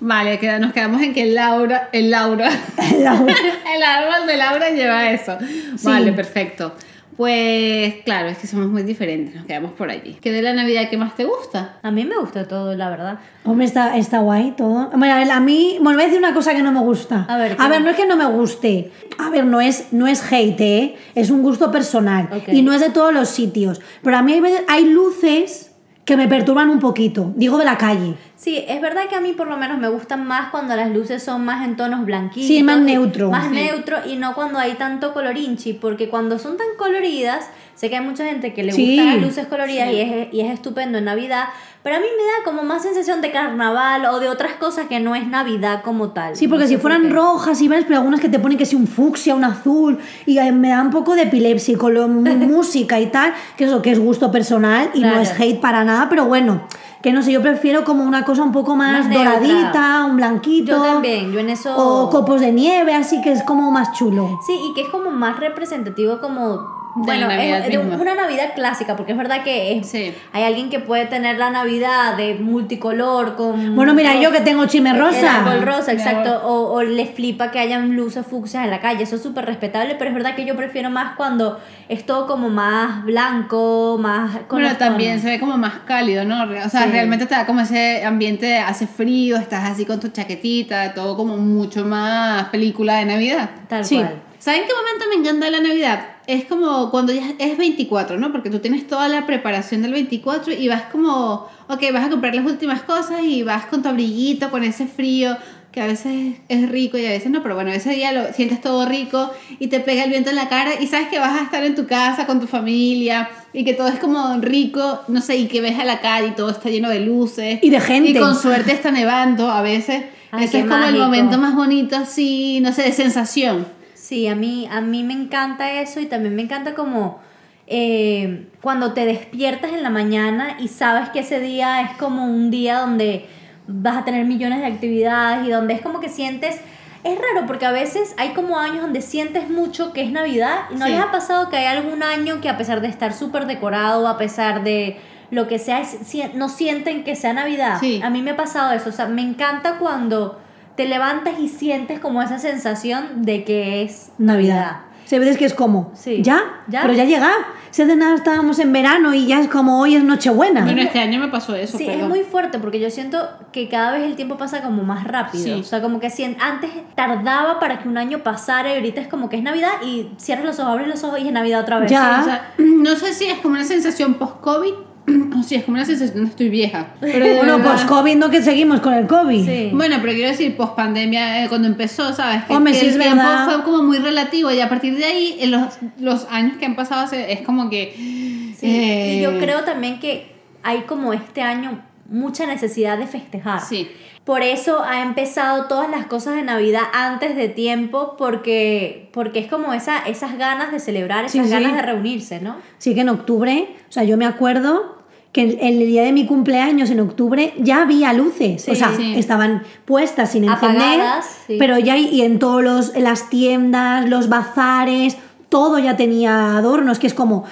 Speaker 2: Vale, queda- nos quedamos en que Laura, el Laura, <laughs>
Speaker 4: Laura.
Speaker 2: el árbol de Laura lleva eso. Vale, perfecto. Pues claro, es que somos muy diferentes, nos quedamos por allí. ¿Qué de la Navidad que más te gusta?
Speaker 3: A mí me gustó todo, la verdad.
Speaker 4: Hombre, está, está guay todo. Bueno, a ver, a mí, bueno, voy a decir una cosa que no me gusta.
Speaker 3: A ver,
Speaker 4: a
Speaker 3: ¿qué?
Speaker 4: ver no es que no me guste. A ver, no es, no es hate, ¿eh? es un gusto personal.
Speaker 3: Ok.
Speaker 4: Y no es de todos los sitios. Pero a mí hay, veces- hay luces que me perturban un poquito. Digo de la calle.
Speaker 3: Sí, es verdad que a mí por lo menos me gustan más cuando las luces son más en tonos blanquitos.
Speaker 4: Sí, más
Speaker 3: y-
Speaker 4: neutro.
Speaker 3: Más
Speaker 4: Sí.
Speaker 3: neutro y no cuando hay tanto colorinchi, porque cuando son tan coloridas, sé que hay mucha gente que le
Speaker 4: Sí.
Speaker 3: gustan las luces coloridas y, es, y es estupendo en Navidad, pero a mí me da como más sensación de carnaval o de otras cosas que no es Navidad como tal.
Speaker 4: Sí, porque
Speaker 3: No
Speaker 4: si
Speaker 3: sé por
Speaker 4: fueran
Speaker 3: qué.
Speaker 4: rojas y verdes, pero algunas que te ponen que si un fucsia, un azul, y eh, me da un poco de epilepsia y con lo-
Speaker 3: <laughs>
Speaker 4: música y tal, que eso que es gusto personal y no
Speaker 3: Claro.
Speaker 4: es hate para nada, pero bueno, que no sé, yo prefiero como una cosa un poco más,
Speaker 3: Más neutra.
Speaker 4: doradita, un blanquito.
Speaker 3: Yo también, yo en eso...
Speaker 4: O copos de nieve, así que es como más chulo.
Speaker 3: Sí, y que es como más representativo como...
Speaker 2: De
Speaker 3: Bueno,
Speaker 2: la Navidad
Speaker 3: es, de
Speaker 2: misma.
Speaker 3: una Navidad clásica, porque es verdad que es-
Speaker 2: Sí.
Speaker 3: hay alguien que puede tener la Navidad de multicolor, con...
Speaker 4: Bueno, mira, yo que tengo chime
Speaker 3: Mm, pues El
Speaker 4: rosa.
Speaker 3: árbol rosa,
Speaker 2: Mi
Speaker 3: exacto. O, o les flipa que hayan luces fucsias en la calle. Eso es súper respetable, pero es verdad que yo prefiero más cuando es todo como más blanco, más... con
Speaker 2: Bueno,
Speaker 3: los
Speaker 2: también
Speaker 3: tonos.
Speaker 2: se ve como más cálido, ¿no? Re- O sea,
Speaker 3: Sí.
Speaker 2: realmente te da como ese ambiente de hace frío, estás así con tu chaquetita, todo como mucho más película de Navidad.
Speaker 3: Tal
Speaker 4: Sí.
Speaker 3: cual.
Speaker 2: ¿Saben qué momento me encanta la Navidad? Es como cuando ya es 24, ¿no? Porque tú tienes toda la preparación del 24 y vas como, ok, vas a comprar las últimas cosas y vas con tu abriguito, con ese frío, que a veces es rico y a veces no, pero bueno, ese día lo sientes todo rico y te pega el viento en la cara y sabes que vas a estar en tu casa con tu familia y que todo es como rico, no sé, y que ves a la calle y todo está lleno de luces.
Speaker 4: Y de gente.
Speaker 2: Y con suerte está nevando a veces.
Speaker 3: Ay,
Speaker 2: Ese
Speaker 3: qué
Speaker 2: es como el
Speaker 3: mágico.
Speaker 2: momento más bonito, así, no sé, de sensación.
Speaker 3: Sí, a mí, a mí me encanta eso y también me encanta como eh, cuando te despiertas en la mañana y sabes que ese día es como un día donde vas a tener millones de actividades y donde es como que sientes... Es raro porque a veces hay como años donde sientes mucho que es Navidad y no
Speaker 2: Sí.
Speaker 3: les ha pasado que hay algún año que a pesar de estar súper decorado, a pesar de lo que sea, es- si- no sienten que sea Navidad.
Speaker 2: Sí.
Speaker 3: A mí me ha pasado eso, o sea, me encanta cuando te levantas y sientes como esa sensación de que es
Speaker 4: Navidad. Se ve que es como,
Speaker 3: Sí.
Speaker 4: ¿ya?
Speaker 3: ¿Ya?
Speaker 4: Pero ya llega. Si hace nada estábamos en verano y ya es como hoy es Nochebuena.
Speaker 2: Bueno, este año me pasó eso.
Speaker 3: Sí,
Speaker 2: pero...
Speaker 3: es muy fuerte porque yo siento que cada vez el tiempo pasa como más rápido.
Speaker 2: Sí.
Speaker 3: O sea, como que si en- antes tardaba para que un año pasara y ahorita es como que es Navidad y cierras los ojos, abres los ojos y es Navidad otra vez.
Speaker 4: Ya.
Speaker 2: O sea, no sé si es como una sensación post-COVID <clears throat> o si es como una sensación. No estoy vieja. Pero de
Speaker 4: Bueno,
Speaker 2: verdad-
Speaker 4: pues COVID, no que seguimos con el COVID.
Speaker 3: Sí.
Speaker 2: Bueno, pero quiero decir, post pandemia, cuando empezó, ¿sabes?
Speaker 3: Oh,
Speaker 2: Que,
Speaker 4: Hombre,
Speaker 2: que
Speaker 4: sí
Speaker 2: el
Speaker 4: es
Speaker 2: tiempo
Speaker 4: verdad.
Speaker 2: fue como muy relativo y a partir de ahí, en los, los años que han pasado, se- es como que.
Speaker 3: Sí, Y yo
Speaker 2: eh,
Speaker 3: creo también que hay como este año mucha necesidad de festejar.
Speaker 2: Sí.
Speaker 3: Por eso ha empezado todas las cosas de Navidad antes de tiempo, porque, porque es como esa, esas ganas de celebrar,
Speaker 4: Sí,
Speaker 3: esas
Speaker 4: sí.
Speaker 3: ganas de reunirse, ¿no?
Speaker 4: Sí que en octubre, o sea, yo me acuerdo que el, el día de mi cumpleaños en octubre ya había luces, o
Speaker 2: Sí,
Speaker 4: sea,
Speaker 2: sí.
Speaker 4: estaban puestas sin encender,
Speaker 3: Apagadas, sí.
Speaker 4: pero ya y en todos los en las tiendas, los bazares, todo ya tenía adornos, que es como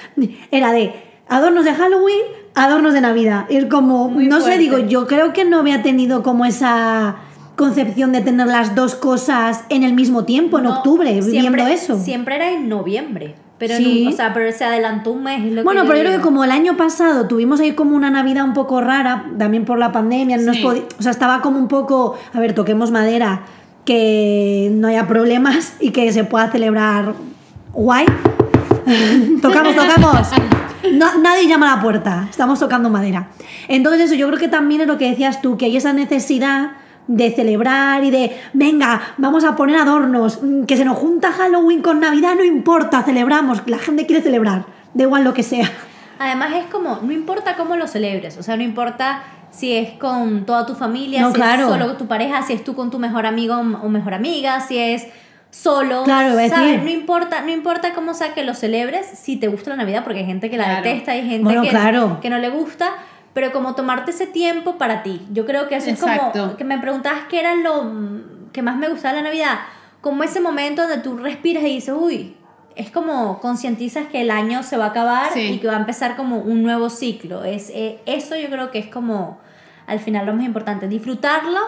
Speaker 4: era de adornos de Halloween, adornos de Navidad, es como
Speaker 3: Muy
Speaker 4: no
Speaker 3: fuerte.
Speaker 4: sé, digo, yo creo que no había tenido como esa concepción de tener las dos cosas en el mismo tiempo en
Speaker 3: No,
Speaker 4: octubre,
Speaker 3: siempre-
Speaker 4: viviendo eso.
Speaker 3: Siempre era en noviembre, pero, en
Speaker 4: Sí.
Speaker 3: un- o sea, pero se adelantó un mes. es lo que
Speaker 4: Bueno,
Speaker 3: yo
Speaker 4: pero yo creo
Speaker 3: digo.
Speaker 4: que como el año pasado tuvimos ahí como una Navidad un poco rara, también por la pandemia, no nos
Speaker 2: Sí.
Speaker 4: podi- o sea, estaba como un poco, a ver, toquemos madera, que no haya problemas y que se pueda celebrar guay. <laughs> tocamos, tocamos. No- nadie llama a la puerta, estamos tocando madera. Entonces eso, yo creo que también es lo que decías tú, que hay esa necesidad de celebrar y de, venga, vamos a poner adornos, mm, que se nos junta Halloween con Navidad, no importa, celebramos, la gente quiere celebrar, da igual lo que sea.
Speaker 3: Además es como, no importa cómo lo celebres, o sea, no importa si es con toda tu familia,
Speaker 4: No,
Speaker 3: si
Speaker 4: claro.
Speaker 3: es solo con tu pareja, si es tú con tu mejor amigo o mejor amiga, si es solo,
Speaker 4: Claro, iba a
Speaker 3: ¿sabes?
Speaker 4: decir.
Speaker 3: No importa, no importa cómo sea que lo celebres, si te gusta la Navidad, porque hay gente que la
Speaker 2: Claro.
Speaker 3: detesta, hay gente
Speaker 4: Bueno,
Speaker 3: que,
Speaker 4: claro.
Speaker 3: que no le gusta, pero como tomarte ese tiempo para ti. Yo creo que eso es como
Speaker 2: Exacto.
Speaker 3: que me preguntabas qué era lo mm, que más me gustaba de la Navidad, como ese momento donde tú respiras y dices, "Uy, es como concientizas que el año se va a acabar
Speaker 2: Sí.
Speaker 3: y que va a empezar como un nuevo ciclo. Es, eh, eso yo creo que es como al final lo más importante, disfrutarlo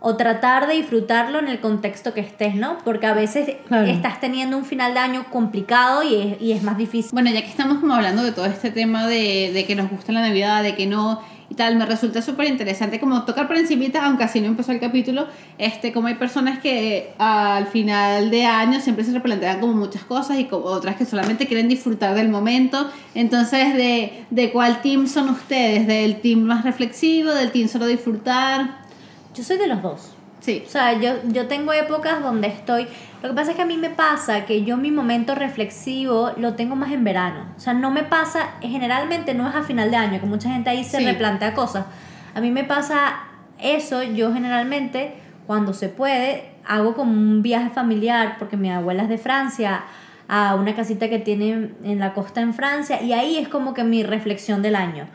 Speaker 3: o tratar de disfrutarlo en el contexto que estés, ¿no? Porque a veces
Speaker 4: Claro.
Speaker 3: estás teniendo un final de año complicado y es, y es más difícil.
Speaker 2: Bueno, ya que estamos como hablando de todo este tema de, de que nos gusta la Navidad, de que no y tal, me resulta súper interesante como tocar por encimita, aunque así no empezó el capítulo, este, como hay personas que eh, al final de año siempre se replantean como muchas cosas y como otras que solamente quieren disfrutar del momento. Entonces, de, ¿de cuál team son ustedes? ¿Del team más reflexivo? ¿Del team solo disfrutar?
Speaker 3: Yo soy de los dos.
Speaker 2: Sí.
Speaker 3: O sea, yo, yo tengo épocas donde estoy... Lo que pasa es que a mí me pasa que yo mi momento reflexivo lo tengo más en verano. O sea, no me pasa, generalmente no es a final de año, que mucha gente ahí se
Speaker 2: Sí.
Speaker 3: replantea cosas. A mí me pasa eso, yo generalmente cuando se puede hago como un viaje familiar, porque mi abuela es de Francia, a una casita que tiene en la costa en Francia, y ahí es como que mi reflexión del año.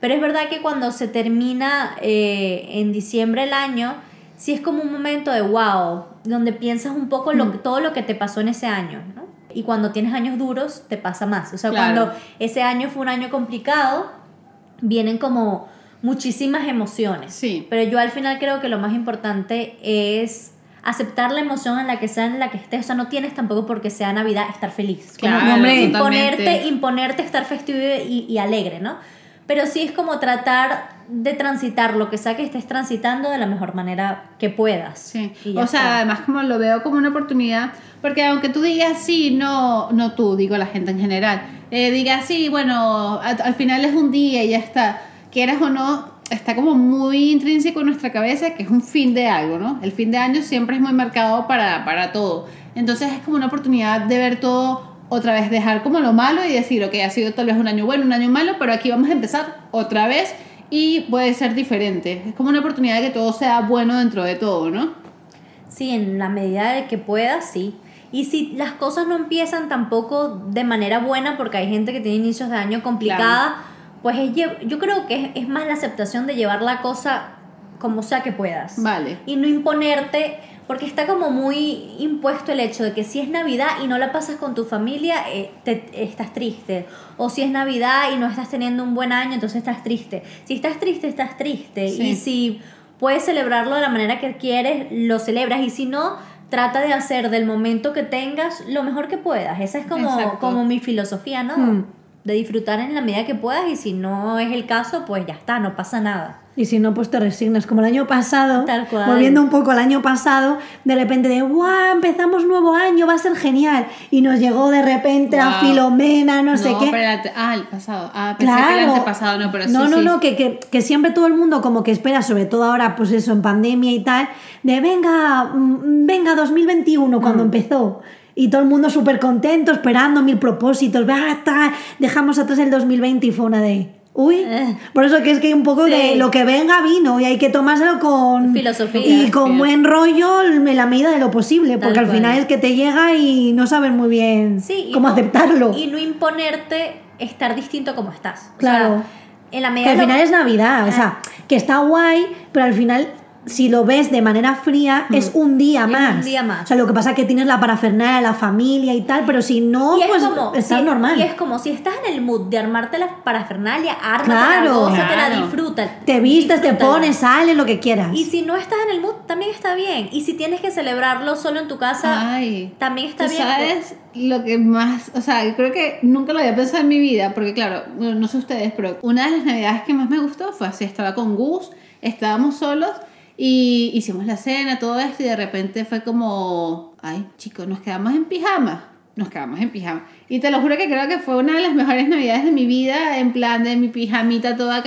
Speaker 3: Pero es verdad que cuando se termina eh, en diciembre el año, sí es como un momento de wow, donde piensas un poco lo, todo lo que te pasó en ese año. ¿no? Y cuando tienes años duros, te pasa más. O sea,
Speaker 2: Claro.
Speaker 3: cuando ese año fue un año complicado, vienen como muchísimas emociones.
Speaker 2: Sí.
Speaker 3: Pero yo al final creo que lo más importante es aceptar la emoción en la que sea, en la que estés. O sea, no tienes tampoco porque sea Navidad estar feliz. Como
Speaker 2: Claro,
Speaker 3: que
Speaker 2: hombre,
Speaker 3: imponerte,
Speaker 2: totalmente.
Speaker 3: imponerte estar festivo y, y alegre, ¿no? Pero sí es como tratar de transitar lo que sea que estés transitando de la mejor manera que puedas.
Speaker 2: Sí.
Speaker 3: Y ya
Speaker 2: O sea,
Speaker 3: está.
Speaker 2: además como lo veo como una oportunidad, porque aunque tú digas sí, no, no tú, digo la gente en general, eh, digas sí, bueno, a- al final es un día y ya está, quieras o no, está como muy intrínseco en nuestra cabeza que es un fin de algo, ¿no? El fin de año siempre es muy marcado para, para todo. Entonces es como una oportunidad de ver todo otra vez, dejar como lo malo y decir, ok, ha sido tal vez un año bueno, un año malo, pero aquí vamos a empezar otra vez. Y puede ser diferente. Es como una oportunidad de que todo sea bueno dentro de todo, ¿no?
Speaker 3: Sí, en la medida de que puedas, sí. Y si las cosas no empiezan tampoco de manera buena, porque hay gente que tiene inicios de año complicada, pues es lle- yo creo que es, es más la aceptación de llevar la cosa como sea que puedas.
Speaker 2: Vale.
Speaker 3: Y no imponerte, porque está como muy impuesto el hecho de que si es Navidad y no la pasas con tu familia, eh, te- estás triste. O si es Navidad y no estás teniendo un buen año, entonces estás triste. Si estás triste, estás triste.
Speaker 2: Sí.
Speaker 3: Y si puedes celebrarlo de la manera que quieres, lo celebras. Y si no, trata de hacer del momento que tengas lo mejor que puedas. Esa es como,
Speaker 2: Exacto. Hmm.
Speaker 3: como mi filosofía, ¿no? De disfrutar en la medida que puedas y si no es el caso, pues ya está, no pasa nada.
Speaker 4: Y si no, pues te resignas. Como el año pasado,
Speaker 3: Tal cual.
Speaker 4: volviendo un poco al año pasado, de repente de, ¡guau! Empezamos nuevo año, va a ser genial. Y nos llegó de repente
Speaker 2: Guau.
Speaker 4: la Filomena, no, sé qué.
Speaker 2: espérate. Ah, el pasado. Ah, pensé que el antepasado, no, pero sí.
Speaker 4: No, no,
Speaker 2: sí.
Speaker 4: no, que, que, que siempre todo el mundo como que espera, sobre todo ahora, pues eso, en pandemia y tal, de venga, mm, venga
Speaker 3: Mm.
Speaker 4: 2021 cuando empezó. Y todo el mundo súper contento, esperando mil propósitos, va, ta, dejamos atrás el 2020 y fue una de... Uy,
Speaker 3: Eh.
Speaker 4: por eso que es que un poco de
Speaker 3: Sí.
Speaker 4: lo que venga vino y hay que tomárselo con
Speaker 3: Filosofía.
Speaker 4: y con buen rollo en la medida de lo posible,
Speaker 3: Tal
Speaker 4: porque al
Speaker 3: cual.
Speaker 4: final es que te llega y no sabes muy bien
Speaker 3: Sí, y
Speaker 4: cómo
Speaker 3: no-
Speaker 4: aceptarlo.
Speaker 3: Y no imponerte estar distinto como estás. O
Speaker 4: Claro.
Speaker 3: sea, en la
Speaker 4: Que
Speaker 3: medida
Speaker 4: al
Speaker 3: de lo- Ah.
Speaker 4: final es Navidad, o sea, que está guay, pero al final, si lo ves de manera fría, es un día
Speaker 3: Mm. Es
Speaker 4: más.
Speaker 3: un día más.
Speaker 4: O sea, lo que pasa es que tienes la parafernalia, la familia y tal, pero si no,
Speaker 3: y es
Speaker 4: pues
Speaker 3: como,
Speaker 4: estás
Speaker 3: si-
Speaker 4: normal.
Speaker 3: Y es como si estás en el mood de armarte la parafernalia, ármate la
Speaker 4: Claro.
Speaker 3: te la
Speaker 2: Claro.
Speaker 3: disfruta.
Speaker 4: Te vistes, te
Speaker 3: disfrútala.
Speaker 4: pones, sales, lo que quieras.
Speaker 3: Y si no estás en el mood, también está bien. Y si tienes que celebrarlo solo en tu casa,
Speaker 2: Ay.
Speaker 3: también está
Speaker 2: Tú
Speaker 3: bien.
Speaker 2: sabes lo que más, o sea, yo creo que nunca lo había pensado en mi vida, porque claro, no no sé ustedes, pero una de las navidades que más me gustó fue así, estaba con Gus, estábamos solos y hicimos la cena, todo esto, y de repente fue como, ay, chicos, nos quedamos en pijama, nos quedamos en pijama. Y te lo juro que creo que fue una de las mejores navidades de mi vida, en plan de mi pijamita toda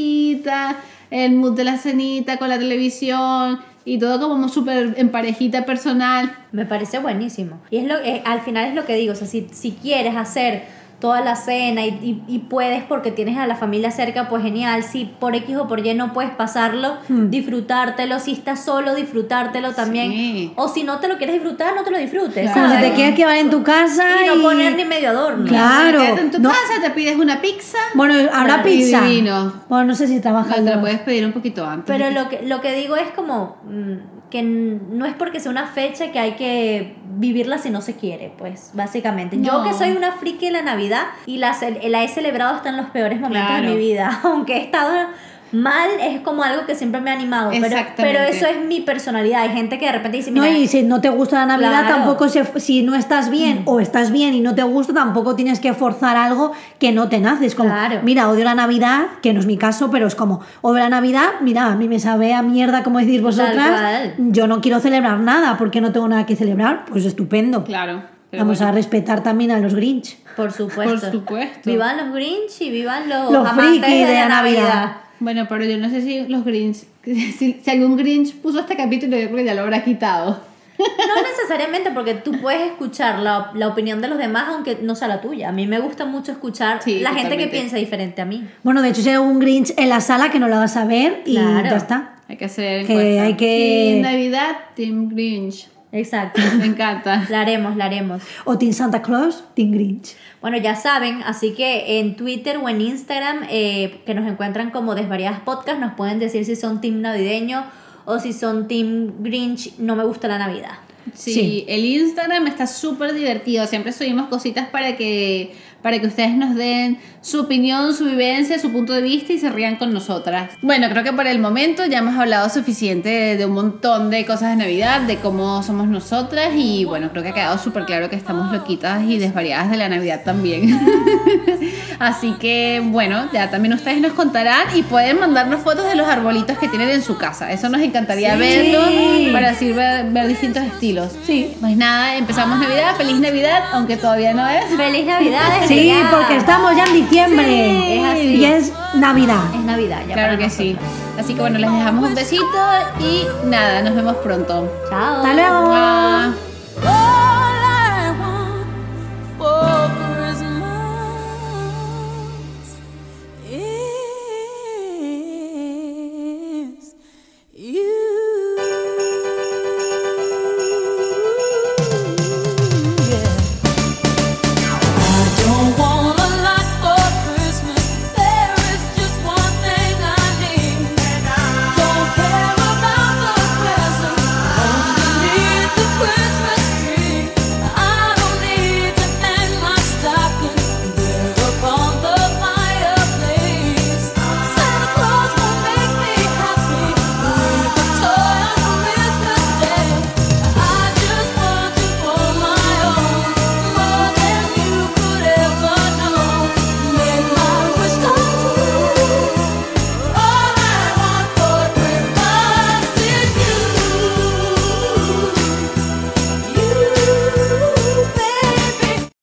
Speaker 2: calentita, el mood de la cenita con la televisión. Y todo como súper en parejita personal.
Speaker 3: Me parece buenísimo. Y es lo, eh, al final es lo que digo, o sea, si, si quieres hacer toda la cena y, y- y puedes porque tienes a la familia cerca, pues genial. Si por X o por Y no puedes pasarlo,
Speaker 2: Hmm.
Speaker 3: disfrutártelo. Si estás solo, disfrutártelo también.
Speaker 2: Sí.
Speaker 3: O si no te lo quieres disfrutar, no te lo disfrutes.
Speaker 2: Claro.
Speaker 4: Como si
Speaker 3: ¿sabes?
Speaker 4: te quieres quedar en tu casa
Speaker 3: Y no poner ni medio adorno.
Speaker 4: Claro.
Speaker 2: Quédate en tu
Speaker 4: no.
Speaker 2: casa, te pides una pizza.
Speaker 4: Bueno, habrá
Speaker 2: Claro,
Speaker 4: pizza.
Speaker 2: divino.
Speaker 4: Bueno, no sé si
Speaker 2: No,
Speaker 4: trabajan.
Speaker 2: te la puedes pedir un poquito antes.
Speaker 3: Pero lo que, lo que digo es como mm, que n- no es porque sea una fecha que hay que vivirla si no se quiere, pues, básicamente. Yo
Speaker 2: No.
Speaker 3: que soy una friki de la Navidad y la, ce- la he celebrado hasta en los peores momentos
Speaker 2: Claro.
Speaker 3: de mi vida, <laughs> aunque he estado mal, es como algo que siempre me ha animado, pero, pero
Speaker 2: Exactamente.
Speaker 3: eso es mi personalidad. Hay gente que de repente dice,
Speaker 4: No,
Speaker 3: mira,
Speaker 4: y si no te gusta la Navidad,
Speaker 3: Claro. Mm.
Speaker 4: tampoco se- si no estás bien o estás bien y no te gusta, tampoco tienes que forzar algo que no te naces. Como,
Speaker 3: Claro.
Speaker 4: mira, odio la Navidad, que no es mi caso, pero es como, odio la Navidad, mira, a mí me sabe a mierda, como decís vosotras,
Speaker 3: cual.
Speaker 4: yo no quiero celebrar nada porque no tengo nada que celebrar, pues estupendo.
Speaker 2: Claro. pero
Speaker 4: Vamos
Speaker 2: bueno.
Speaker 4: a respetar también a los Grinch.
Speaker 3: por supuesto.
Speaker 2: Por supuesto.
Speaker 3: Vivan los Grinch y vivan los,
Speaker 4: Los
Speaker 3: amantes
Speaker 4: friki
Speaker 3: de,
Speaker 4: de
Speaker 3: la
Speaker 4: la
Speaker 3: Navidad.
Speaker 4: Navidad.
Speaker 2: Bueno, pero yo no sé si los Grinch. <laughs> Si, si algún Grinch puso este capítulo, yo creo que ya lo habrá quitado.
Speaker 3: No necesariamente, porque tú puedes escuchar la, la opinión de los demás, aunque no sea la tuya. A mí me gusta mucho escuchar
Speaker 2: Sí,
Speaker 3: la gente que
Speaker 2: totalmente.
Speaker 3: piensa diferente a mí.
Speaker 4: Bueno, de hecho, si hay un Grinch en la sala que no lo hagas saber y
Speaker 3: Claro.
Speaker 4: ya está.
Speaker 2: Hay que hacer.
Speaker 4: Que
Speaker 2: encuesta.
Speaker 4: hay que-
Speaker 2: Team Navidad, Team Grinch.
Speaker 3: Exacto. <laughs>
Speaker 2: Me encanta.
Speaker 3: la haremos, la haremos.
Speaker 4: O Team Santa Claus, Team Grinch.
Speaker 3: Bueno, ya saben, así que en Twitter o en Instagram, eh, que nos encuentran como Desvariadas Podcast, nos pueden decir si son team navideño o si son team Grinch, no me gusta la Navidad.
Speaker 2: Sí,
Speaker 4: Sí.
Speaker 2: el Instagram está súper divertido. Siempre subimos cositas para que, para que ustedes nos den su opinión, su vivencia, su punto de vista y se rían con nosotras. Bueno, creo que por el momento ya hemos hablado suficiente de, de un montón de cosas de Navidad, de cómo somos nosotras y bueno, creo que ha quedado súper claro que estamos loquitas y desvariadas de la Navidad también. <laughs> Así que bueno, ya también ustedes nos contarán y pueden mandarnos fotos de los arbolitos que tienen en su casa. Eso nos encantaría verlos para así ver, ver distintos estilos. Sí. Pues nada, empezamos Navidad, feliz Navidad, aunque todavía no es.
Speaker 3: ¡Feliz <laughs> Navidad! desde
Speaker 4: Sí,
Speaker 3: ya!
Speaker 4: porque estamos ya en diciembre
Speaker 3: Sí, es así.
Speaker 4: y es Navidad.
Speaker 3: Es Navidad, ya.
Speaker 2: Claro
Speaker 3: para
Speaker 2: que sí.
Speaker 3: nosotros.
Speaker 2: Así que bueno, les dejamos un besito y nada, nos vemos pronto.
Speaker 3: Chao.
Speaker 4: Hasta luego.
Speaker 2: Mua.